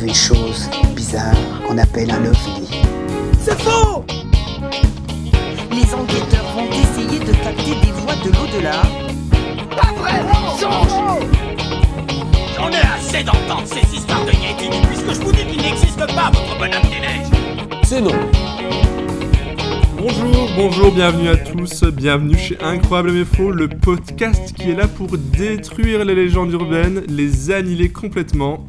des choses bizarres qu'on appelle un ovni. C'est faux Les enquêteurs vont essayer de capter des voix de l'au-delà. Pas vrai Mensonge J'en ai assez d'entendre ces histoires de Yeti, puisque je vous dis qu'il n'existe pas, votre bonhomme des neiges C'est non Bonjour, bonjour, bienvenue à tous, bienvenue chez Incroyable mais faux, le podcast qui est là pour détruire les légendes urbaines, les annihiler complètement.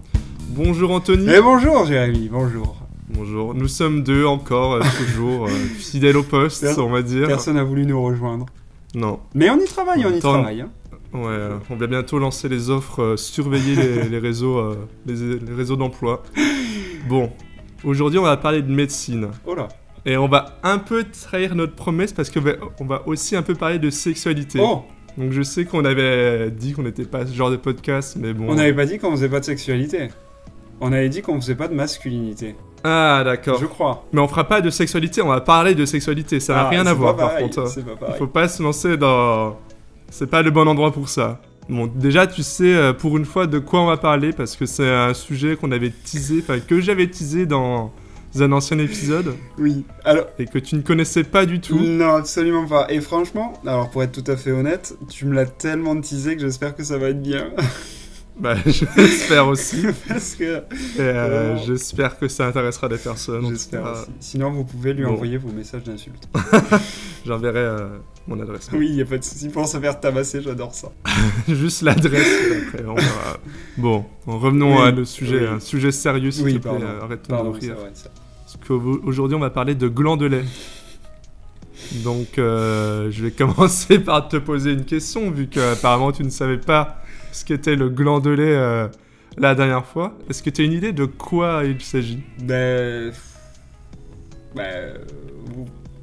Bonjour Anthony. Et Eh, bonjour Jérémy, bonjour. Bonjour, nous sommes deux encore, euh, toujours euh, fidèles au poste, on va dire. Personne n'a voulu nous rejoindre. Non. Mais on y travaille, on, on y travaille. Hein. Ouais, euh, on va bientôt lancer les offres, euh, surveiller les, les, réseaux, euh, les, les réseaux d'emploi. Bon, aujourd'hui on va parler de médecine. Oh là. Et on va un peu trahir notre promesse parce que on va aussi un peu parler de sexualité. Oh Donc je sais qu'on avait dit qu'on n'était pas ce genre de podcast, mais bon. On n'avait pas dit qu'on faisait pas de sexualité. On avait dit qu'on faisait pas de masculinité. Ah d'accord. Je crois. Mais on fera pas de sexualité, on va parler de sexualité. Ça n'a ah, rien à voir pareil, par contre. Pas Faut pas se lancer dans. C'est pas le bon endroit pour ça. Bon, déjà, tu sais euh, pour une fois de quoi on va parler parce que c'est un sujet qu'on avait teasé, enfin que j'avais teasé dans un ancien épisode. Oui. Alors. Et que tu ne connaissais pas du tout. Non, absolument pas. Et franchement, alors pour être tout à fait honnête, tu me l'as tellement teasé que j'espère que ça va être bien. bah, j'espère aussi. Parce que. Euh, j'espère que ça intéressera des personnes. J'espère aussi. Sinon, vous pouvez lui bon. envoyer vos messages d'insultes. J'enverrai euh, mon adresse. Oui, il n'y a pas de souci pour se faire tabasser, j'adore ça. Juste l'adresse. On verra. Bon, revenons oui. à le sujet, oui. un sujet sérieux, s'il oui, te plaît. Arrêtons pardon, de rire. Aujourd'hui, on va parler de gland de lait. Donc, euh, je vais commencer par te poser une question, vu qu'apparemment tu ne savais pas ce qu'était le gland de lait euh, la dernière fois. Est-ce que tu as une idée de quoi il s'agit Ben. Bah...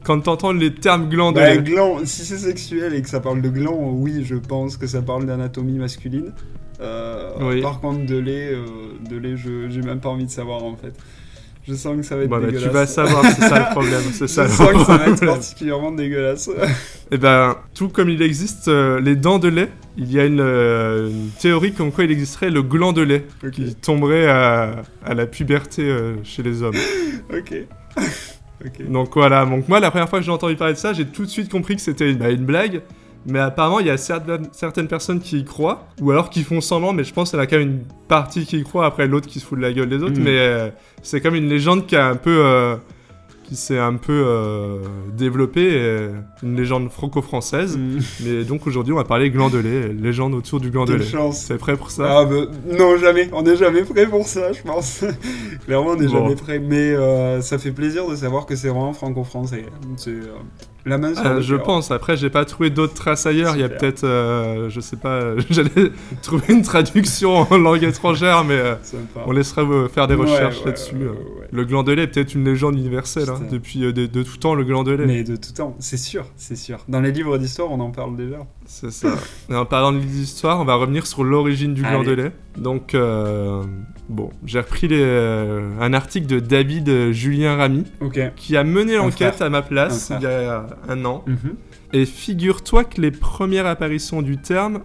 Quand t'entends les termes gland de bah, lait. Gland, si c'est sexuel et que ça parle de gland, oui, je pense que ça parle d'anatomie masculine. Euh, oui. Par contre, de lait, euh, de lait, j'ai même pas envie de savoir en fait. Je sens que ça va être bon, dégueulasse. Bah, tu vas savoir, c'est ça le problème. C'est ça, je le sens problème. que ça va être particulièrement dégueulasse. Eh ben, tout comme il existe euh, les dents de lait, il y a une, euh, une, théorie comme quoi il existerait le gland de lait okay. qui tomberait à, à la puberté euh, chez les hommes. ok. okay. Donc voilà, donc moi la première fois que j'ai entendu parler de ça, j'ai tout de suite compris que c'était une, une blague. Mais apparemment, il y a certaines, certaines, personnes qui y croient, ou alors qui font semblant, mais je pense qu'il y en a quand même une partie qui y croit, après l'autre qui se fout de la gueule des autres. Mmh. Mais euh, c'est comme une légende qui a un peu. Euh, qui s'est un peu euh, développée, euh, une légende franco-française. Mmh. Mais donc aujourd'hui, on va parler glandelé, légende autour du glandelé. C'est prêt pour ça ah, bah, Non, jamais. On n'est jamais prêt pour ça, je pense. Clairement, on n'est bon. jamais prêt. Mais euh, ça fait plaisir de savoir que c'est vraiment franco-français. C'est. euh, La main sur euh, je cœur. pense. Après, j'ai pas trouvé d'autres traces ailleurs. Il y a peut-être, euh, je sais pas, euh, j'allais trouver une traduction en langue étrangère, mais euh, on laissera euh, faire des recherches ouais, ouais, là-dessus. euh. Ouais, le gland de lait est peut-être une légende universelle hein, depuis de, de, tout temps. Le gland de lait. Mais de tout temps, c'est sûr, c'est sûr. Dans les livres d'histoire, on en parle déjà. C'est ça. Et en parlant de livres d'histoire, on va revenir sur l'origine du gland de lait. Donc, euh, bon, j'ai repris les, euh, un article de David euh, Julien Ramy, okay. qui a mené l'enquête à ma place. Il y a un an. Mm Mhm. -hmm. Et figure-toi que les premières apparitions du terme,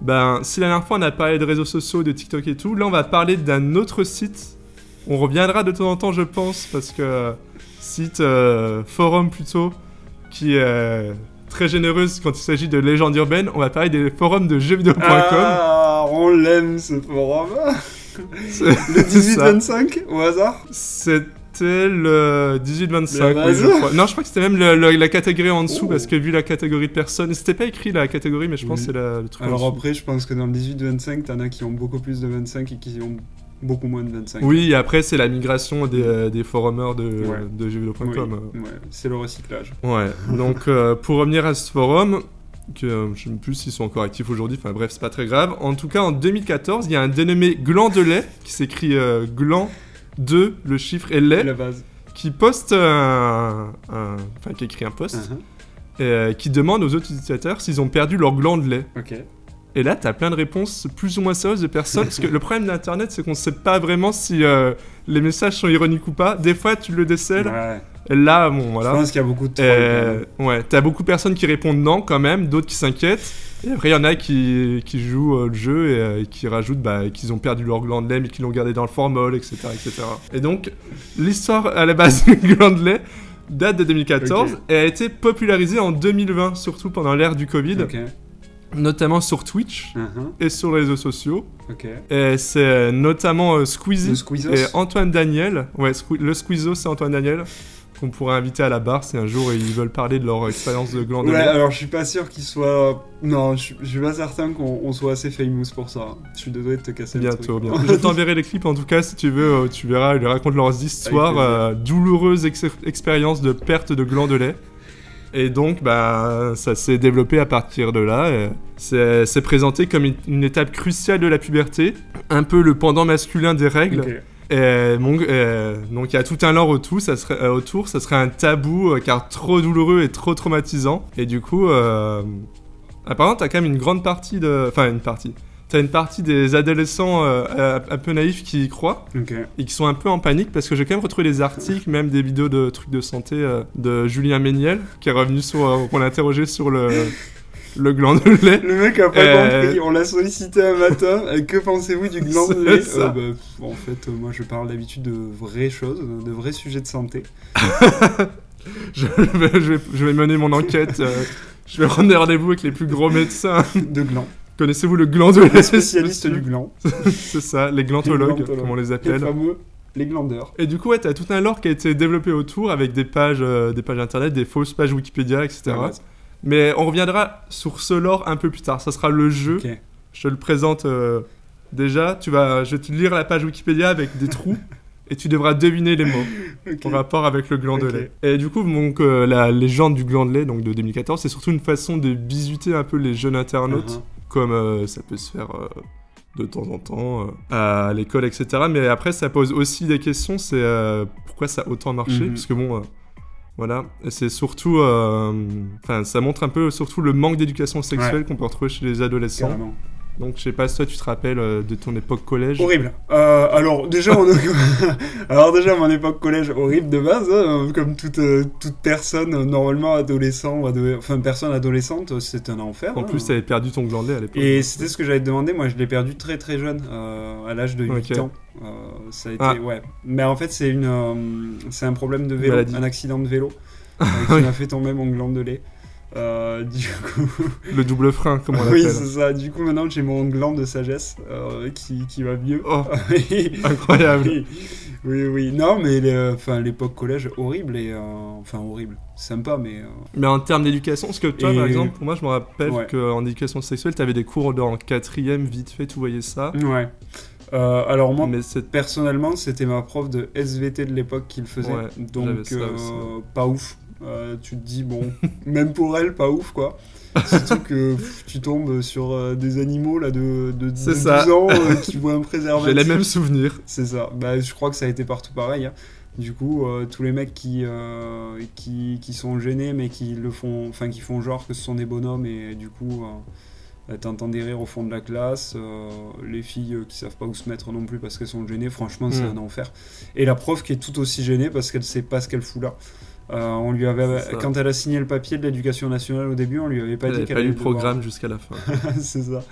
ben, si la dernière fois on a parlé de réseaux sociaux, de TikTok et tout, là on va parler d'un autre site. On reviendra de temps en temps, je pense, parce que site euh, forum plutôt, qui est euh, très généreuse quand il s'agit de légendes urbaines. On va parler des forums de jeuxvideo.com. Ah, on l'aime ce forum. Le 18-25 au hasard. C'est le 18-25. Oui, je crois. Non, je crois que c'était même le, le, la catégorie en dessous, oh. parce que vu la catégorie de personnes, c'était pas écrit la catégorie, mais je pense oui. que c'est le truc. Alors en après, je pense que dans le 18-25, t'en as qui ont beaucoup plus de 25 et qui ont beaucoup moins de 25. Oui, et après, c'est la migration des, des forumers de, ouais. de jeuxvideo.com. Oui. Ouais. C'est le recyclage. Ouais, donc euh, pour revenir à ce forum. Que, euh, je ne sais plus s'ils sont encore actifs aujourd'hui, enfin bref, c'est pas très grave. En tout cas, en 2014, il y a un dénommé Gland de lait qui s'écrit euh, Gland 2, le chiffre et lait, la base. qui poste un, un, enfin Uh-huh. qui écrit un post, uh -huh. et, euh, qui demande aux autres utilisateurs s'ils ont perdu leur gland de lait. Okay. Et là, t'as plein de réponses plus ou moins sérieuses de personnes. parce que le problème d'Internet, c'est qu'on sait pas vraiment si euh, les messages sont ironiques ou pas. Des fois, tu le décèles. Ouais. Et Là, bon, Je voilà. pense qu'il y a beaucoup de trolls. Euh, ouais, t'as beaucoup de personnes qui répondent non quand même, d'autres qui s'inquiètent. Et après, il y en a qui, qui jouent euh, le jeu et euh, qui rajoutent bah, qu'ils ont perdu leur gland de lait mais qu'ils l'ont gardé dans le formol, etc. etc. Et donc, l'histoire à la base du gland de lait date de 2014 Ok. et a été popularisée en 2020, surtout pendant l'ère du Covid, quand même. notamment sur Twitch Ok. Mhm. et sur les réseaux sociaux. Ok. Et c'est euh, notamment euh, Le Squeezie Squeezos. et Antoine Daniel. Ouais, Sque- le Squeezo, c'est Antoine Daniel qu'on pourrait inviter à la barre si un jour ils veulent parler de leur expérience de gland de Ouais, lait. alors je suis pas sûr qu'il soit. euh, Non, je suis- je suis pas certain qu'on on soit assez famous pour ça. Je suis désolé de te casser Bientôt, le truc. bientôt. Je t'enverrai les clips en tout cas si tu veux, euh, tu verras, ils racontent leurs histoires, euh, douloureuses ex- expériences de perte de gland de lait. Et donc, bah, ça s'est développé à partir de là. et C'est c'est présenté comme une, une étape cruciale de la puberté, un peu le pendant masculin des règles. Ok. Et mon- euh, donc il y a tout un lore autour, ça serait, euh, autour, ça serait un tabou euh, car trop douloureux et trop traumatisant. Et du coup, euh, apparemment, t'as quand même une grande partie de, enfin une partie. T'as une partie des adolescents euh, euh, un peu naïfs qui y croient Ok. et qui sont un peu en panique parce que j'ai quand même retrouvé des articles, même des vidéos de trucs de santé euh, de Julien Méniel qui est revenu sur, euh, qu'on a interrogé sur le le gland de lait. Le mec a pas Euh, compris, on l'a sollicité un matin, euh, que pensez-vous du gland de C'est lait ça. Euh, bah, pff, En fait, euh, moi je parle d'habitude de vraies choses, euh, de vrais sujets de santé. Je vais, je vais- je vais mener mon enquête. euh, je vais prendre des rendez-vous avec les plus gros médecins De gland. Connaissez-vous le gland de lait Spécialiste du gland. C'est ça, les glantologues, Les glantologues. comme on les Les appelle. fameux, les glandeurs. Et du coup, ouais, t'as tout un lore qui a été développé autour avec des pages, euh, des pages internet, des fausses pages Wikipédia, etc. Ouais. Mais on reviendra sur ce lore un peu plus tard. Ça sera le jeu. Ok. Je te le présente euh, déjà. Tu vas, je vais te lire la page Wikipédia avec des trous et tu devras deviner les mots Ok. en rapport avec le gland Ok. de lait. Et du coup, donc, euh, la légende du gland de lait donc de 2014, c'est surtout une façon de bisuter un peu les jeunes internautes Uh-huh. comme euh, ça peut se faire euh, de temps en temps euh, à l'école, etc. Mais après, ça pose aussi des questions, c'est euh, pourquoi ça a autant marché Mhm. Parce que bon, euh, voilà, Et c'est surtout, euh, enfin, ça montre un peu surtout le manque d'éducation sexuelle qu'on peut retrouver chez les adolescents. Carrément. Donc, je sais pas, si toi, tu te rappelles euh, de ton époque collège Horrible. Euh, alors déjà, mon... alors déjà, mon époque collège horrible de base, hein, comme toute euh, toute personne euh, normalement adolescent, ou ado- enfin personne adolescente, c'est un enfer. En hein. plus, t'avais perdu ton glandé à l'époque. Et c'était ce que j'avais demandé, moi je l'ai perdu très très jeune, euh, à l'âge de 8 Ok. ans. Euh, ça a été, Ah. ouais. Mais en fait, c'est une, euh, c'est un problème de vélo, Maladie. un accident de vélo euh, qui m'a fait tomber mon gland de lait. Euh, du coup, Le double frein, comme on oui, l'appelle. c'est ça. Du coup, maintenant j'ai mon gland de sagesse euh, qui, qui va mieux. Oh, incroyable. oui, oui, oui. Non, mais le- enfin, l'époque collège, horrible et. euh, enfin, horrible. Sympa, mais. euh, Mais en termes d'éducation, parce que toi, Et- par exemple, pour moi, je me rappelle Ouais. qu'en éducation sexuelle, t'avais des cours en quatrième, vite fait, tu voyais ça. ouais. Euh, alors, moi, Mais c'est personnellement, c'était ma prof de SVT de l'époque qui le faisait. Ouais, j'avais donc, ça euh, aussi, ouais. pas ouf. Euh, tu te dis, bon, même pour elle, pas ouf, quoi. Surtout que pff, tu tombes sur euh, des animaux là de, de, de C'est 12 ça. ans euh, qui voient un J'ai préservatif. les mêmes souvenirs. C'est ça. Bah, je crois que ça a été partout pareil. hein. Du coup, euh, tous les mecs qui, euh, qui, qui sont gênés, mais qui le font, enfin, qui font genre que ce sont des bonhommes, et du coup, euh, t'entends des rires au fond de la classe. euh, les filles euh, qui savent pas où se mettre non plus parce qu'elles sont gênées, franchement, c'est Mm. un enfer. Et la prof qui est tout aussi gênée parce qu'elle sait pas ce qu'elle fout là. Euh, on lui avait, C'est ça. quand elle a signé le papier de l'éducation nationale au début, on lui avait pas Elle dit n'avait qu'elle pas eu allait le programme jusqu'à la fin. devoir- c'est ça.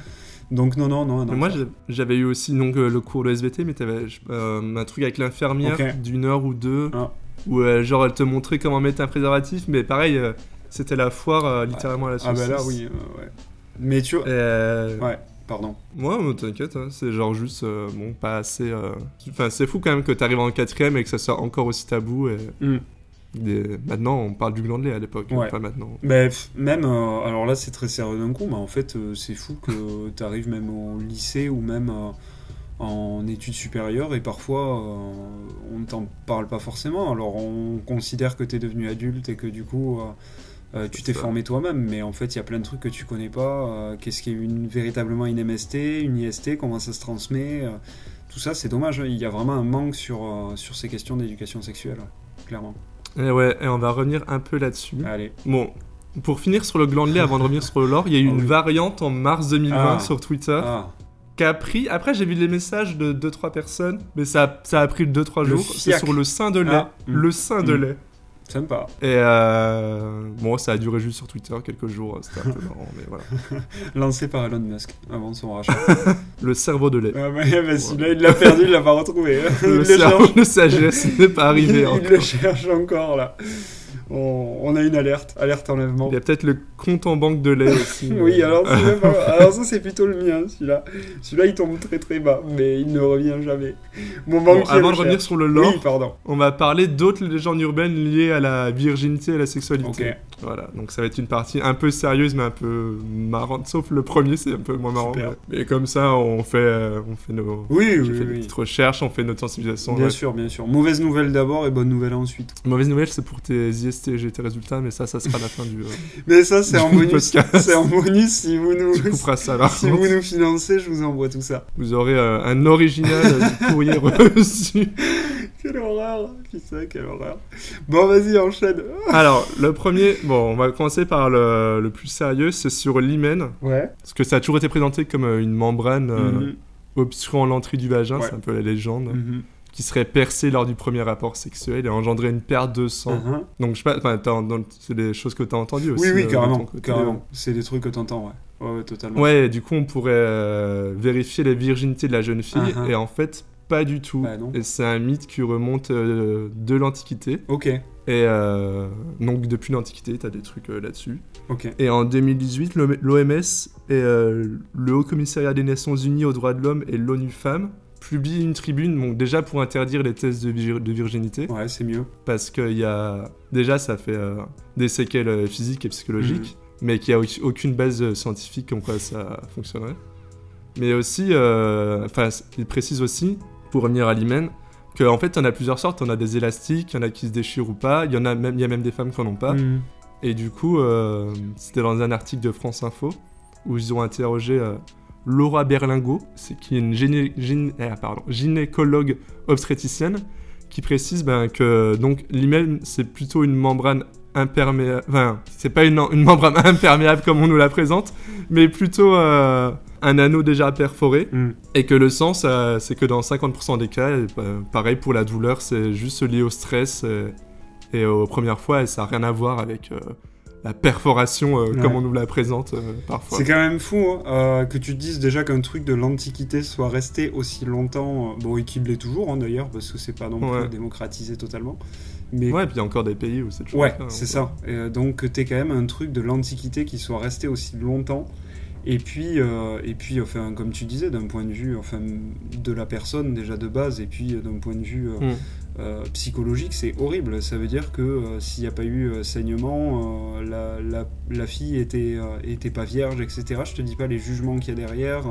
Donc, non, non, non. Mais non. moi, j'ai- j'avais eu aussi donc, euh, le cours de SVT, mais t'avais euh, un truc avec l'infirmière Ok. d'une heure ou deux, Ah. où euh, genre elle te montrait comment mettre un préservatif, mais pareil, euh, c'était la foire euh, littéralement à la Ah, saucisse. bah là, oui. euh, ouais. Mais tu vois. Euh, Ouais, pardon. Moi, mais t'inquiète, hein, c'est genre juste, euh, bon, pas assez. euh, Enfin, c'est fou quand même que t'arrives en quatrième et que ça soit encore aussi tabou. Et... Mm. des- Maintenant, on parle du gland de lait à l'époque, Ouais. pas maintenant. Mais pff, même, euh, alors là c'est très sérieux d'un coup, mais en fait euh, c'est fou que tu arrives même au lycée ou même euh, en études supérieures et parfois euh, on ne t'en parle pas forcément. Alors on considère que tu es devenu adulte et que du coup euh, euh, tu C'est t'es ça. formé toi-même, mais en fait il y a plein de trucs que tu connais pas. euh, Qu'est-ce qui est une, véritablement une MST, une IST, comment ça se transmet euh, tout ça, c'est dommage, hein. il y a vraiment un manque sur, euh, sur ces questions d'éducation sexuelle, ouais, clairement. Mmh. Et ouais, et on va revenir un peu là-dessus. Allez, Bon, Pour finir sur le gland de lait, avant de revenir sur le lore, il y a eu Ah une oui. variante en mars 2020 Ah. sur Twitter Ah, qui a pris. Après, j'ai vu les messages de 2-3 personnes, mais ça, a- ça a pris 2-3 Le jours. C'est fiac. sur le sein de lait. Ah. Le sein de Mm. lait. sympa. Et euh, bon, ça a duré juste sur Twitter quelques jours. hein, C'était un peu marrant, mais voilà. Lancé par Elon Musk avant son rachat. Le cerveau de lait. ah, mais bah, celui-là, il l'a perdu, il l'a pas retrouvé. hein. Il Le cerveau de sagesse n'est pas arrivé il, encore. le cherche encore là. On, on a une alerte, alerte enlèvement. Il y a peut-être le compte en banque de lait aussi. Oui, alors, c'est même pas- alors ça c'est plutôt le mien, celui-là. Celui-là il tombe très très bas, mais il ne revient jamais. Mon Bon, banquier avant le de revenir cherche. sur le lore, Oui, pardon. on va parler d'autres légendes urbaines liées à la virginité et à la sexualité. Ok. Voilà, donc ça va être une partie un peu sérieuse mais un peu marrante, sauf le premier, c'est un peu moins marrant. Super. Mais mais comme ça, on fait, euh, on fait nos... Oui, j'ai oui, fait des oui. petites recherches, on fait notre sensibilisation. Bien ouais. sûr, bien sûr. Mauvaise nouvelle d'abord et bonne nouvelle ensuite. Mauvaise nouvelle, c'est pour tes IST et tes résultats, mais ça, ça sera la fin du... euh, Mais ça c'est en Du bonus. podcast. C'est en bonus si vous nous tu couperas ça, alors. si vous nous financez, je vous envoie tout ça. Vous aurez euh, un original euh, du courrier reçu. Quelle horreur, putain, quelle horreur. Bon, vas-y, enchaîne. Alors, le premier, bon, on va commencer par le, le plus sérieux, c'est sur l'hymen, Ouais. parce que ça a toujours été présenté comme euh, une membrane euh, Mhm, obstruant l'entrée du vagin, Mm-hmm. Ouais. c'est un peu la légende, mhm. qui serait percée lors du premier rapport sexuel et engendrait une perte de sang. Donc, je sais pas, enfin, t'as- dans le- c'est des choses que t'as entendues aussi. Uh-huh. Ah. Oui, euh, oui, de carrément, ton côté. carrément. C'est des trucs que t'entends, ouais. Ouais, ouais, totalement. Ouais, du coup, on pourrait euh, vérifier la virginité de la jeune fille, Ah, ah. et en fait, pas du tout. Bah, non. et c'est un mythe qui remonte euh, de l'Antiquité. Ok, Et euh, donc, depuis l'Antiquité, t'as des trucs euh, là-dessus. ok. Et en 2018, l'OMS et euh, le Haut Commissariat des Nations Unies aux droits de l'homme et l'ONU Femmes publient une tribune, donc déjà pour interdire les tests de, vir- de virginité, Ouais, c'est mieux. parce qu'il y a déjà ça fait euh, des séquelles euh, physiques et psychologiques, mais qu'il n'y a au- aucune base euh, scientifique comme quoi ça fonctionnerait. Mais aussi, euh, enfin, c- il précise aussi, pour revenir à l'hymen, qu'en en fait, il y en a plusieurs sortes, il y en a des élastiques, il y en a qui se déchirent ou pas, il y en a même, il y a même des femmes qui n'en ont pas. Mhm. Et du coup, euh, c'était dans un article de France Info où ils ont interrogé euh, Laura Berlingo, c'est qui est une gyné- gyn- ah, pardon, gynécologue obstétricienne, qui précise ben, que donc l'hymen c'est plutôt une membrane imperméable, enfin c'est pas une, une membrane imperméable comme on nous la présente, mais plutôt euh, un anneau déjà perforé Mhm. et que le sang ça- c'est que dans 50% des cas, et, euh, pareil pour la douleur, c'est juste lié au stress. euh, et aux premières fois, et ça n'a rien à voir avec euh, la perforation euh, Ouais. comme on nous la présente euh, parfois. C'est quand même fou hein, euh, que tu te dises déjà qu'un truc de l'Antiquité soit resté aussi longtemps, euh, bon, et qu'il l'est toujours hein, d'ailleurs, parce que c'est pas non plus Ouais. démocratisé totalement. Mais Ouais, et puis il y a encore des pays où c'est toujours Ouais, le cas, c'est hein. ça. Et, euh, donc que t'es quand même un truc de l'Antiquité qui soit resté aussi longtemps. Et puis, euh, et puis, enfin, comme tu disais, d'un point de vue, enfin, de la personne déjà de base, et puis euh, d'un point de vue euh, Mm. euh, psychologique, c'est horrible. Ça veut dire que euh, s'il n'y a pas eu euh, saignement, euh, la, la- la fille était, euh, était pas vierge, etc. Je te dis pas les jugements qu'il y a derrière,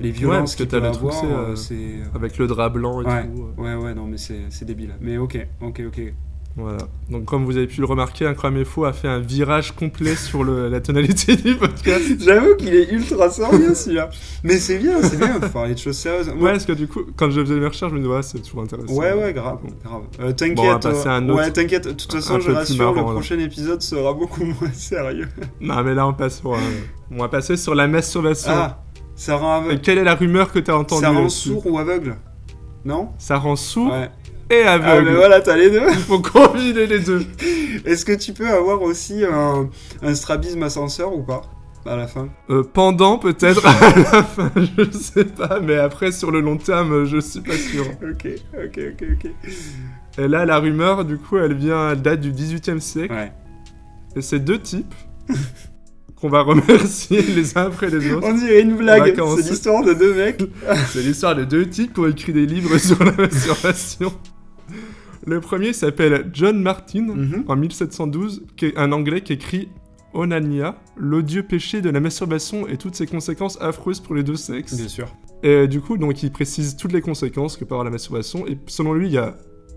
les violences parce que qu'il t'as peut le truc, avoir. c'est, euh, euh, C'est Avec le drap blanc et tout. euh, ouais, ouais, non, mais c'est c'est débile. Mais ok, ok, ok. voilà. Donc, comme vous avez pu le remarquer, Incroyable et Faux a fait un virage complet sur le- la tonalité du podcast. J'avoue qu'il est ultra sérieux celui-là. Mais c'est bien, c'est bien, faut parler de choses sérieuses. Ouais, Moi- parce que du coup, quand je faisais mes recherches, je me disais, ouais, c'est toujours intéressant. ouais, ouais, grave, Bon. grave. Euh, Bon, on va t'inquiète. passer à un euh, autre ouais, t'inquiète. De toute façon, un je peu plus rassure, marrant, le là. prochain épisode sera beaucoup moins sérieux. Non, mais là, on passe sur, euh, on va passer sur la masturbation. Ah, ça rend Et aveugle. quelle est la rumeur que t'as entendue Ça rend là-dessus sourd ou aveugle Non Ça rend sourd Ouais. et Ah, Mmh. aveugle. mais voilà, t'as les deux. Il faut combiner les deux. Est-ce que tu peux avoir aussi un, un strabisme ascenseur ou pas À la fin. Euh, pendant peut-être à la fin, je sais pas, mais après sur le long terme, euh, je suis pas sûr. Ok, ok, ok, ok. Et là, la rumeur, du coup, elle vient, elle date du 18e siècle, Ouais. et c'est deux types qu'on va remercier les uns après les autres. On dirait une On va blague. commencer. C'est l'histoire de deux mecs. C'est l'histoire de deux types qui ont écrit des livres sur la masturbation. Le premier s'appelle John Martin, Mhm. en 1712, qui est un Anglais qui écrit Onania, l'odieux péché de la masturbation et toutes ses conséquences affreuses pour les deux sexes. Bien sûr. Et euh, du coup, donc, il précise toutes les conséquences que peut avoir la masturbation. Et selon lui, il y a.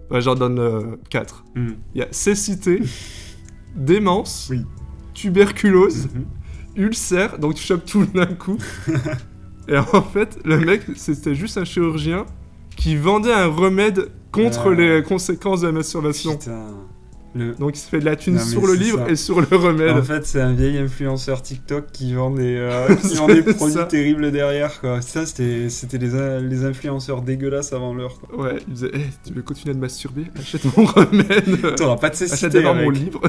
bah, J'en donne 4. Hmm. Il y a cécité, démence, Oui. tuberculose, Mhm. ulcère, donc tu chopes tout d'un coup. et en fait, le mec, c'était juste un chirurgien qui vendait un remède contre Ah. les conséquences de la masturbation. Putain. Le- Donc il se fait de la thune Non, mais sur le c'est livre ça. et sur le remède. En fait, c'est un vieil influenceur TikTok qui vend des, euh, qui vend des C'est produits ça. terribles derrière. Quoi. Ça, c'était c'était les, in- les influenceurs dégueulasses avant l'heure. quoi. Ouais, il disait Eh, tu veux continuer de masturber Achète mon remède. T'auras pas de Achète cécité. d'abord mon mec. livre.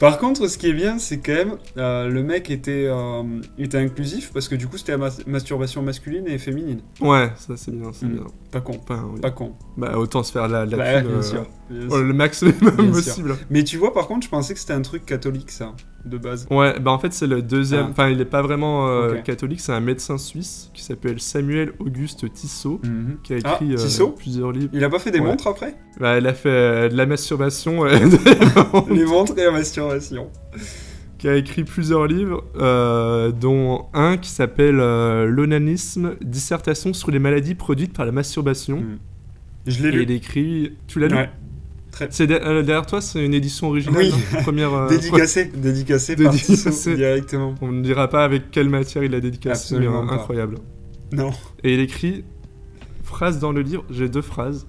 Par contre, ce qui est bien, c'est quand même euh, le mec était, euh, était inclusif parce que du coup, c'était la mas- masturbation masculine et féminine. ouais, ça c'est bien, c'est Mm. bien. Pas con, Enfin, oui. pas con. Bah autant se faire de la, de la Bah, thune, bien euh, sûr, bien oh, sûr. le maximum Bien sûr. possible. Mais tu vois, par contre, je pensais que c'était un truc catholique, ça, de base. Ouais, bah en fait c'est le deuxième, Ah. enfin il est pas vraiment euh, Ok. catholique, c'est un médecin suisse qui s'appelle Samuel Auguste Tissot qui a Ah, écrit euh, Tissot plusieurs livres. Il a pas fait des Ouais. montres après Bah elle a fait euh, de la masturbation, euh, de- Les montres et la masturbation. qui a écrit plusieurs livres, euh, dont un qui s'appelle euh, L'onanisme, dissertation sur les maladies produites par la masturbation. Mm. Je l'ai Et lu. il écrit... Tu l'as lu Ouais. Très... C'est de- euh, derrière toi, c'est une édition originale. Oui. hein, première. euh, Dédicacé, dédicacé par Dédicacé. Tissot directement. On ne dira pas avec quelle matière il a dédicacé, mais Absolument euh, pas. incroyable. Non. Et il écrit phrase dans le livre, j'ai deux phrases.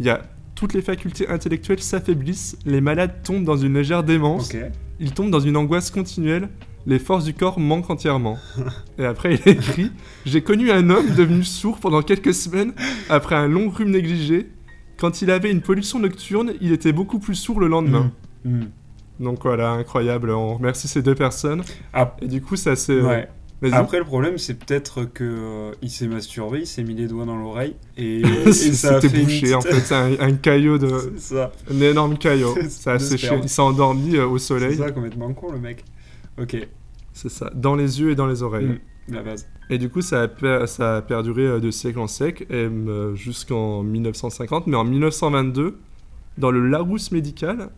Il y a toutes les facultés intellectuelles s'affaiblissent, les malades tombent dans une légère démence, Ok. ils tombent dans une angoisse continuelle, les forces du corps manquent entièrement. Et après il écrit j'ai connu un homme devenu sourd pendant quelques semaines après un long rhume négligé. Quand il avait une pollution nocturne, il était beaucoup plus sourd le lendemain. Mm. Donc voilà, incroyable. On remercie ces deux personnes. Ah. Et du coup, ça c'est. euh, Ouais. Ah. Vas-y. Après, le problème, c'est peut-être que euh, il s'est masturbé, il s'est mis les doigts dans l'oreille et, et ça a C'était fait une bouché en petite- fait, c'est un, un caillot de, C'est ça, Un énorme caillot. C'est Ça a de séché. sperme. Il s'est endormi euh, au c'est soleil. ça complètement con le mec. Ok, C'est ça. Dans les yeux et dans les oreilles. Mm. la base. Et du coup, ça a, per- ça a perduré euh, de siècle en siècle et, euh, jusqu'en 1950. Mais en 1922, dans le Larousse médical,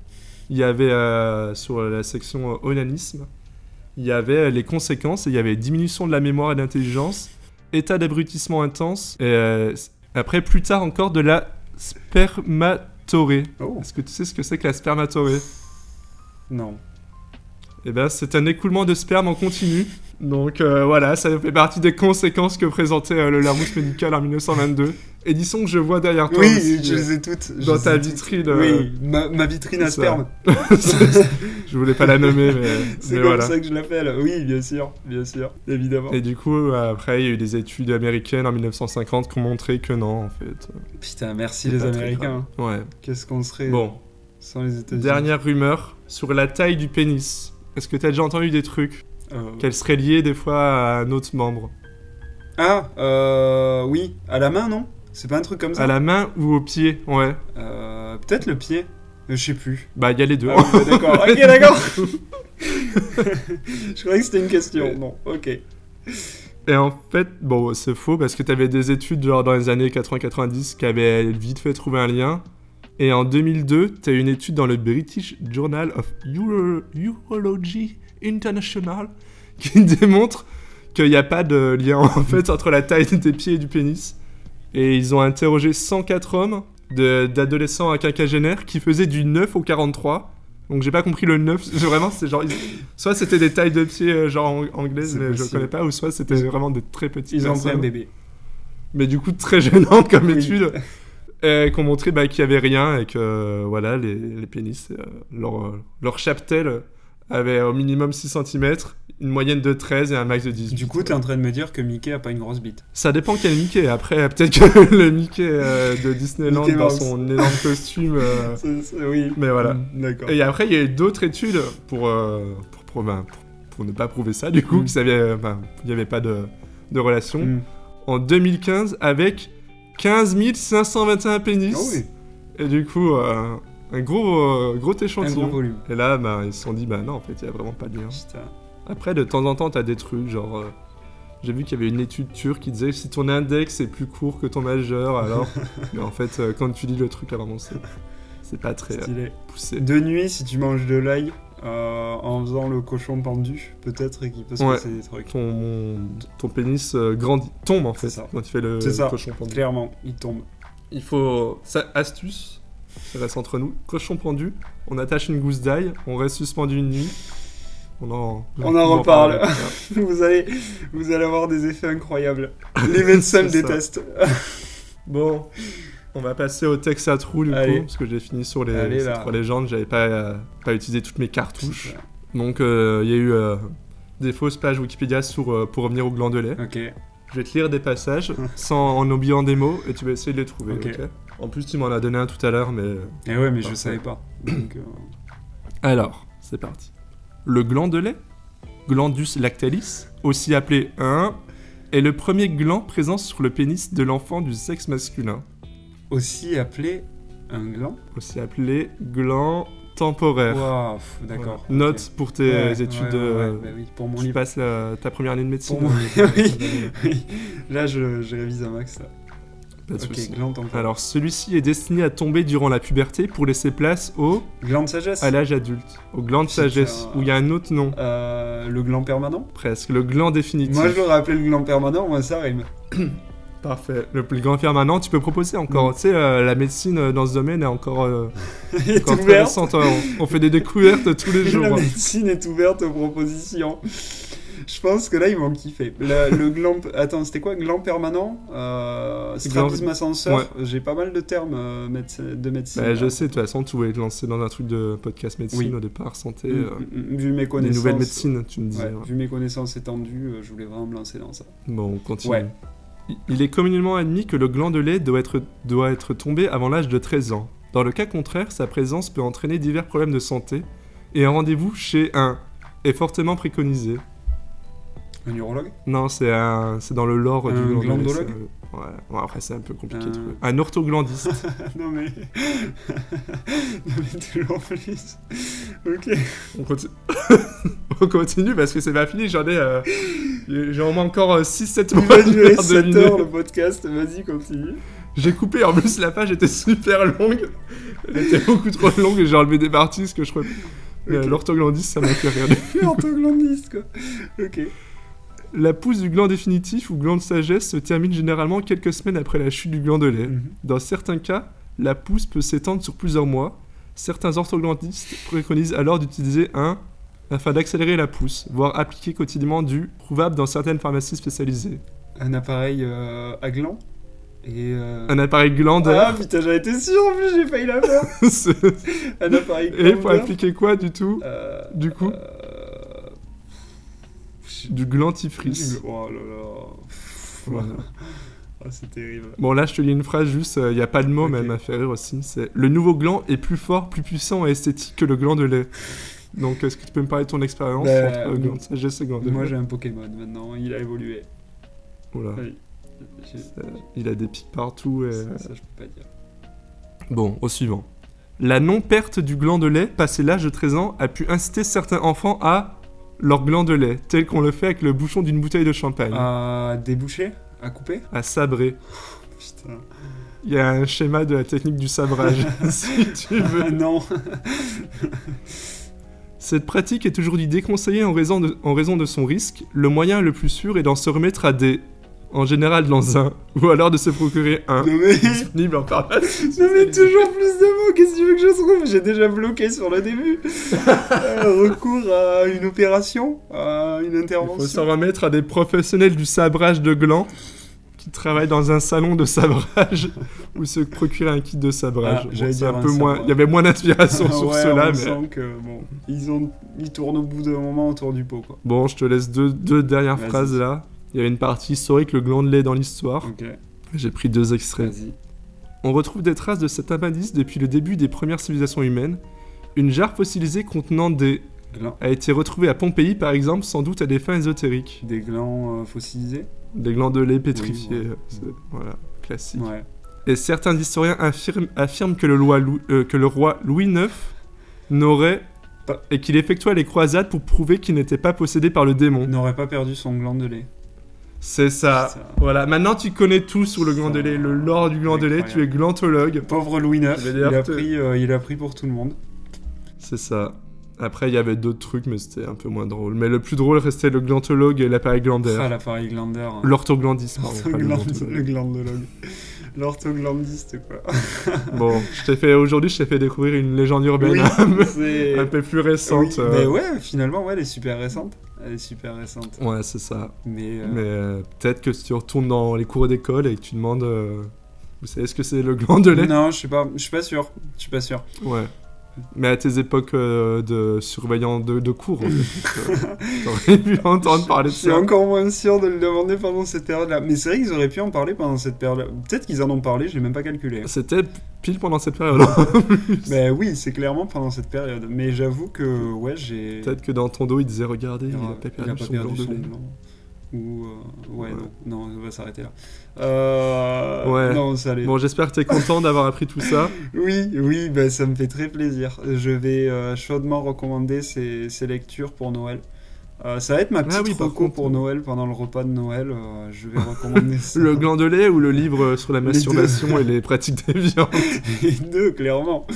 il y avait euh, sur la section euh, onanisme, il y avait euh, les conséquences et il y avait diminution de la mémoire et de l'intelligence, état d'abrutissement intense et euh, s- après plus tard encore de la spermatorée. Oh Est-ce que tu sais ce que c'est que la spermatorée non. Eh ben, c'est un écoulement de sperme en continu. Donc euh, voilà, ça fait partie des conséquences que présentait euh, le Larousse médical en 1922. Édition que je vois derrière toi. Oui, aussi, je euh, les ai toutes. je dans les ta ai toutes. vitrine. euh, Oui, ma, ma vitrine à c'est ça. sperme. je voulais pas la nommer, mais, euh, C'est mais comme voilà. ça que je l'appelle. Oui, bien sûr, bien sûr, évidemment. Et du coup, après, il y a eu des études américaines en 1950 qui ont montré que non, en fait. Putain, merci C'est les pas très Américains. hein. Ouais. Qu'est-ce qu'on serait Bon, sans les États-Unis dernière rumeur sur la taille du pénis. Est-ce que t'as déjà entendu des trucs Euh, Qu'elle serait liée des fois à un autre membre Ah, euh, oui, à la main, non C'est pas un truc comme ça À la main ou au pied Ouais. Euh, Peut-être le pied Euh, Je sais plus. Bah, il y a les deux. Ah oui, bah d'accord. Ok, d'accord. Je croyais que c'était une question. Non, ok. Et en fait, bon, c'est faux parce que t'avais des études genre dans les années 80-90 qui avaient vite fait trouvé un lien. Et en 2002, t'as eu une étude dans le British Journal of Uro- Urology International qui démontre qu'il n'y a pas de lien en fait entre la taille des pieds et du pénis. Et ils ont interrogé 104 hommes, de- d'adolescents à quinquagénaires, qui faisaient du 9 au 43. Donc j'ai pas compris le 9, c'est vraiment c'est genre... ils- Soit c'était des tailles de pieds euh, genre ang- anglaises, C'est mais je possible. connais pas, ou soit c'était vraiment des très petites Ils ont pris un personnes. bébé. Mais du coup très gênant comme Oui. étude, et qu'on montrait bah, qu'il y avait rien, et que euh, voilà, les, les pénis, euh, leur, euh, leur chaptel avait au minimum 6 cm, une moyenne de 13 et un max de 18. Du coup, t'es en train de me dire que Mickey a pas une grosse bite. Ça dépend quel Mickey. Après, peut-être que le Mickey euh, de Disneyland Mickey dans Mouse. son énorme costume. euh, C'est- c'est- Oui. Mais voilà. Mm, D'accord. Et après, il y a eu d'autres études pour, euh, pour, prou- ben, pour- pour ne pas prouver ça, du coup, Mm. qu'il n'y avait, ben, il y avait pas de, de relation. Mm. En 2015, avec 15 521 pénis. Ah oui, Et du coup, euh, un gros, euh, gros un échantillon. gros volume. et là, ben, ils se sont dit, bah non, en fait, il n'y a vraiment pas de lien. Putain. Après, de temps en temps, t'as des trucs, genre... euh, j'ai vu qu'il y avait une étude turque qui disait si ton index est plus court que ton majeur, alors... Mais en fait, euh, quand tu lis le truc, là, vraiment, c'est... C'est pas très euh, Stylé. poussé. De nuit, si tu manges de l'ail euh, en faisant le cochon pendu, peut-être qu'il peut se Ouais. passer des trucs. Ton, ton pénis euh, grandit, tombe, en fait, C'est ça. quand tu fais le C'est ça. cochon pendu. Clairement, il tombe. Il faut... Ça, astuce, ça reste entre nous. Cochon pendu, on attache une gousse d'ail, on reste suspendu une nuit. On en, On en reparle. parlera. Vous allez, vous allez avoir des effets incroyables. Les médecins me C'est ça. détestent. Bon, On va passer au Texas True du Allez. coup, parce que j'ai fini sur les Allez, ces là. trois légendes, j'avais pas, euh, pas utilisé toutes mes cartouches. Donc euh, il y a eu euh, des fausses pages Wikipédia sur, euh, pour revenir au glandelet. Ok. Eh Je vais te lire des passages sans, en oubliant des mots et tu vas essayer de les trouver. Ok. ok en plus, tu m'en as donné un tout à l'heure, mais. euh, Et ouais, mais je Parfait. savais pas. Donc, euh, Alors, c'est parti. Le glandelet, glandus lactalis, aussi appelé 1, est le premier gland présent sur le pénis de l'enfant du sexe masculin, aussi appelé un gland. aussi appelé gland temporaire. Waouh, pff, d'accord. ok. Note pour tes Ouais, ouais, études ouais, euh, de. ouais, bah oui, pour mon tu livre. passes euh, ta première année de médecine. Pour mon... oui, oui. Là, je, je révise un max. Là. Pas de Ok, souci. gland temporaire. Alors, celui-ci est destiné à tomber durant la puberté pour laisser place au, Gland de sagesse. à l'âge adulte, au gland de Putain. sagesse, où il y a un autre nom, Euh, le gland permanent. presque, le gland définitif. Moi, je l'aurais appelé le gland permanent, moi, ça rime. Parfait. Le plus grand permanent, tu peux proposer Mm. encore. Tu sais, euh, la médecine euh, dans ce domaine est encore, euh, Elle est encore très ouverte. récente. hein. On, on fait des découvertes tous les jours. La hein. médecine est ouverte aux propositions. Je pense que là, ils vont kiffer. Le, le gland... Attends, c'était quoi Gland permanent euh, Strabisme ascenseur J'ai pas mal de termes euh, médecin- de médecine. Bah, là. je sais, de toute façon, tu voulais te lancer dans un truc de podcast médecine Oui. au départ, santé, Mm, euh, mm, mm, Vu mes des connaissances. nouvelles médecines, tu me disais. Ouais, ouais. Vu mes connaissances étendues, euh, je voulais vraiment me lancer dans ça. Bon, on continue. Ouais. Il- Il est communément admis que le gland de lait doit être, doit être tombé avant l'âge de 13 ans. Dans le cas contraire, sa présence peut entraîner divers problèmes de santé et un rendez-vous chez un est fortement préconisé. Un neurologue Non, c'est un- c'est dans le lore Un du glandolais, glandologue c'est un- Ouais, Bon, après c'est un peu compliqué de Un- trouver. Un orthoglandiste. Non mais... non mais toujours plus. Ok. on, continue... on continue parce que c'est pas fini, j'en ai... euh, J'ai au moins encore euh, 6-7 Il mois va de durer faire 7 deviner. heures le podcast, vas-y continue. J'ai coupé, en plus la page était super longue. Elle était beaucoup trop longue et j'ai enlevé des parties parce que je trouvais... Mais, euh, Ok. L'orthoglandiste, ça m'a fait rire. de- Orthoglandiste quoi. Ok. La pousse du gland définitif ou gland de sagesse se termine généralement quelques semaines après la chute du gland de lait. Mhm. Dans certains cas, la pousse peut s'étendre sur plusieurs mois. Certains orthoglandistes préconisent alors d'utiliser un afin d'accélérer la pousse, voire appliquer quotidiennement du trouvable dans certaines pharmacies spécialisées. Un appareil euh, à gland et euh, Un appareil Ah glandaire. putain, j'avais été sûr en plus, j'ai failli la faire. ce- Un appareil Et pour glandeur. appliquer quoi du tout Euh, Du coup euh, Du glantifrice. Oh là là. Pff, Voilà. Ah, c'est terrible. Bon là je te lis une phrase juste, il n'y a pas de mots mais Ok. elle m'a fait rire aussi. C'est le nouveau gland est plus fort, plus puissant et esthétique que le gland de lait. Donc est-ce que tu peux me parler de ton expérience Bah, entre euh, bon. gland de sagesse et gland de Moi lait j'ai un Pokémon maintenant, il a évolué. Oula, Oui. J'ai- c'est- il a des pics partout et... Ça, ça, je peux pas dire. Bon, au suivant. La non-perte du gland de lait, passé l'âge de 13 ans, a pu inciter certains enfants à leur gland de lait, tel qu'on le fait avec le bouchon d'une bouteille de champagne, Ah. À déboucher À couper à sabrer. Putain. Il y a un schéma de la technique du sabrage, si tu veux. Ah non Cette pratique est aujourd'hui déconseillée en raison, de, en raison de son risque. Le moyen le plus sûr est d'en se remettre à des, en général dans un, ou alors de se procurer un. Non mais, Disponible en pharmacie. non, mais toujours plus de mots, qu'est-ce que tu veux que je trouve J'ai déjà bloqué sur le début. Euh, recours à une opération À une Il faut intervention s'en remettre à des professionnels du sabrage de glands qui travaillent dans un salon de sabrage ou se procurer un kit de sabrage. Ah, j'allais c'est dire un un peu moins. sabrage. Il y avait moins d'inspiration sur Ah Ouais, cela, on mais. sent que, bon, ils, ont, ils tournent au bout d'un moment autour du pot, quoi. Bon, je te laisse deux, deux dernières Vas-y. phrases là. Il y avait une partie historique, le gland de lait dans l'histoire. Ok, J'ai pris deux extraits. vas-y. On retrouve des traces de cet appendice depuis le début des premières civilisations humaines. Une jarre fossilisée contenant des Gland- a été retrouvée à Pompéi par exemple, sans doute à des fins ésotériques. Des glands euh, fossilisés Des glands de lait pétrifiés, voilà. euh, c'est- voilà, classique. Ouais. Et certains historiens affirment, affirment que, le loi Lou- euh, que le roi Louis IX n'aurait Pas- et qu'il effectua les croisades pour prouver qu'il n'était pas possédé par le démon. N'aurait pas perdu son gland de lait. C'est ça. Putain. Voilà, maintenant tu connais tout sur le gland de lait, le lore du gland de lait, tu es Incroyable. glantologue. Pauvre Louis IX, Je vais il dire a, te- pris, euh, il a pris pour tout le monde. C'est ça. Après, il y avait d'autres trucs, mais c'était un peu moins drôle. Mais le plus drôle restait le glantologue et l'appareil Ah, glandaire. l'appareil glandeur. hein. L'orthoglandisme, pardon, pas le L'orthoglandiste, glantologue. le glandologue. L'orthoglandiste, quoi. Bon, je t'ai fait aujourd'hui, je t'ai fait découvrir une légende urbaine Oui, un peu- c'est... un peu plus Oui, récente. Mais euh. ouais, finalement, ouais, elle est super récente. Elle est super récente. Ouais, c'est ça. Mais, euh, Mais euh, peut-être que si tu retournes dans les cours d'école et que tu demandes euh, Vous savez ce que c'est le gland de lait Non, je suis pas, je suis pas sûr. Je suis pas sûr. Ouais. Mais à tes époques euh, de surveillant de, de cours, en fait, euh, t'aurais pu entendre parler Je de suis ça. encore moins sûr de le demander pendant cette période-là. Mais c'est vrai qu'ils auraient pu en parler pendant cette période-là. Peut-être qu'ils en ont parlé, j'ai même pas calculé. C'était pile pendant cette période. Mais oui, c'est clairement pendant cette période. Mais j'avoue que, ouais, j'ai. Peut-être que dans ton dos, il disait Regardez, il a il pas a perdu pas son gland perdu de son lait. blanc. Ou. euh, ouais, Ouais. Non, non, on va s'arrêter là. Euh, Ouais. Non, ça allait. Bon, j'espère que t'es content d'avoir appris tout ça. Oui, oui, bah, ça me fait très plaisir. Je vais euh, chaudement recommander ces, ces lectures pour Noël. Euh, ça va être ma petite Ah oui, par reco contre, euh, pour oui. Noël, pendant le repas de Noël. euh, je vais recommander ça. Le gland de lait ou le livre euh, sur la Les masturbation et les pratiques déviantes Les deux, clairement.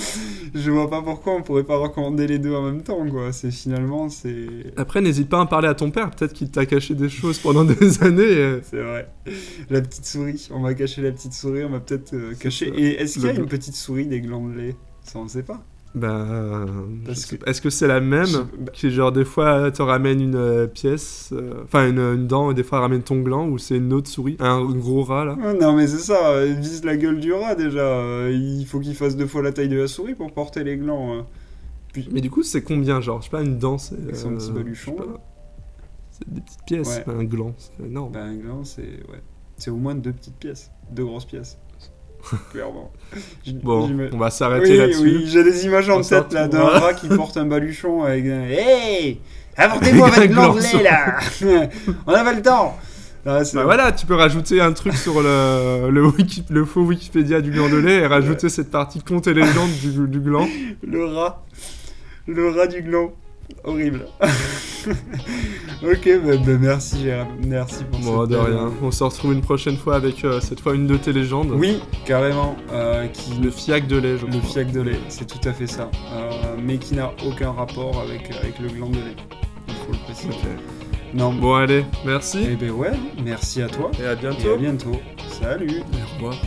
Je vois pas pourquoi on pourrait pas recommander les deux en même temps, quoi. C'est finalement, c'est... Après, n'hésite pas à en parler à ton père. Peut-être qu'il t'a caché des choses pendant des années. euh, C'est vrai. La petite souris. On m'a caché la petite souris, on m'a peut-être euh, caché... ça. Et est-ce qu'il y a Le- une petite souris des glands de lait Ça, on sait pas. Ben, je Parce sais que- pas. Est-ce que c'est la Je- même bah, qui genre des fois te ramène une euh, pièce, euh, enfin une, une dent et des fois elle ramène ton gland ou c'est une autre souris, un gros rat là. Ah, Non mais c'est ça, euh, vise la gueule du rat déjà. euh, Il faut qu'il fasse deux fois la taille de la souris pour porter les glands. euh. Mais du coup c'est combien genre, je sais pas une dent c'est Avec son petit baluchon, je sais pas. C'est des petites pièces, Ouais. un gland, c'est énorme. Ben, un gland, c'est ouais. c'est au moins deux petites pièces, deux grosses pièces. Clairement. J- bon, j'ima- on va s'arrêter Oui, là-dessus. Bah, oui, j'ai des images en On tête là s'en d'un retrouvera. rat qui porte un baluchon avec un Hey Apportez-moi Avec votre un gland de gland lait là On a pas le temps Ah, c'est- Bah voilà, tu peux rajouter un truc sur le, le, wiki- le faux Wikipédia du gland de lait et rajouter cette partie conte et légende du, du gland. Le rat. Le rat du gland. Horrible. ok, bah, bah, merci Gérard. Merci pour Bon, cette euh, de belle- rien. On se retrouve une prochaine fois avec euh, cette fois une de tes légendes. Oui, carrément. euh, qui... Le fiac de lait, je Le crois. fiac de lait, c'est tout à fait ça. Euh, mais qui n'a aucun rapport avec, avec le gland de lait. Il faut le préciser. Ok. Non, bon. Bon, allez, merci. Eh ben ouais, merci à toi. Et à Et à bientôt. Salut Au revoir.